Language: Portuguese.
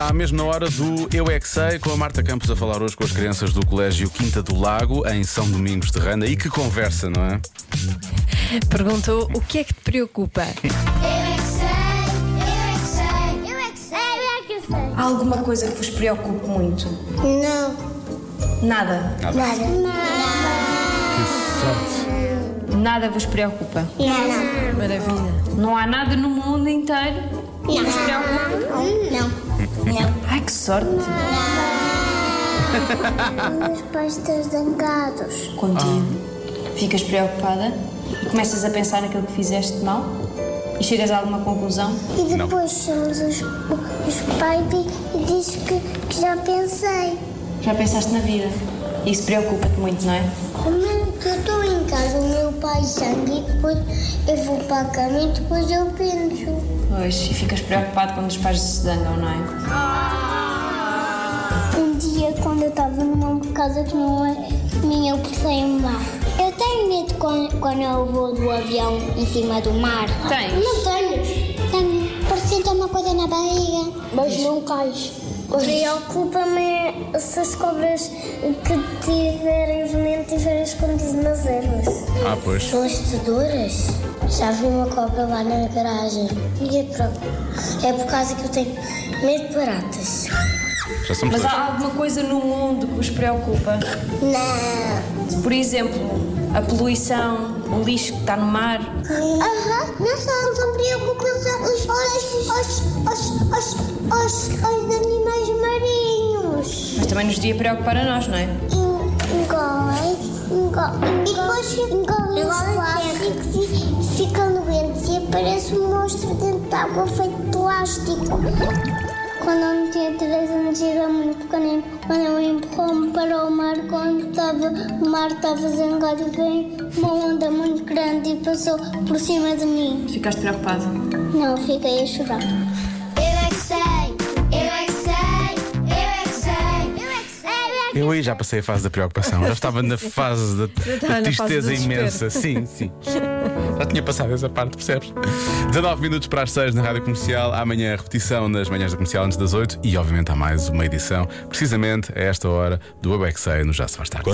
À mesma hora do Eu é que Sei, com a Marta Campos a falar hoje com as crianças do Colégio Quinta do Lago, em São Domingos de Rana. E que conversa, não é? Perguntou o que é que te preocupa? Eu é que sei, eu é que sei, eu é que sei, eu é que sei. Há alguma coisa que vos preocupe muito? Não, Nada. nada. Não, Nada vos preocupa. não, Maravilha. Não há nada no mundo inteiro que vos preocupe. não. Não. Ai, que sorte. Os pais estão zangados. Contigo. Ah. Ficas preocupada e começas a pensar naquilo que fizeste de mal e chegas a alguma conclusão. E depois somos os, os pais e, e diz que, que já pensei. Já pensaste na vida. E isso preocupa-te muito, não é? Como que eu estou em casa, o meu pai sangue e depois eu vou para a cama e depois eu penso. Pois, e ficas preocupado quando os pais se zangam, não é? Um dia, quando eu estava numa casa que não é minha, eu pensei em mar. Eu tenho medo quando, quando eu vou do avião em cima do mar. Tens? Não tenho. Tenho. Parece uma coisa na barriga. Mas não cais. Preocupa-me se as cobras que tiverem veneno tiverem escondidas nas ervas. Ah, pois. São estudoras? Já vi uma cobra lá na garagem. E é, pro- é por causa que eu tenho medo de baratas. Já somos Mas dois. há alguma coisa no mundo que vos preocupa? Não. Por exemplo, a poluição, o lixo que está no mar. Aham, nós só não preocupamos os, os, os, os, os, os, os animais marinhos. Mas também nos devia preocupar a nós, não é? Engolem, engolem, engolem os plásticos e ficam doentes e aparece um monstro dentro de água feito de plástico. Quando eu tinha 3 anos, era muito pequenino. Quando eu empurrou-me para o mar, quando estava, o mar estava zangado, veio uma onda muito grande e passou por cima de mim. Ficaste preocupado. Não, fiquei a chorar. Eu é que sei, eu é que sei, eu é que sei, eu é que sei. Eu aí já passei a fase da preocupação. Já estava na fase da, estava da na fase do tristeza desespero. imensa. Sim, sim. Já tinha passado essa parte, percebes? 19 minutos para as 6 na Rádio Comercial. Amanhã a repetição nas manhãs da comercial antes das 8 e, obviamente, há mais uma edição, precisamente a esta hora do Eu é que Sei, no Já Se Faz Tarde.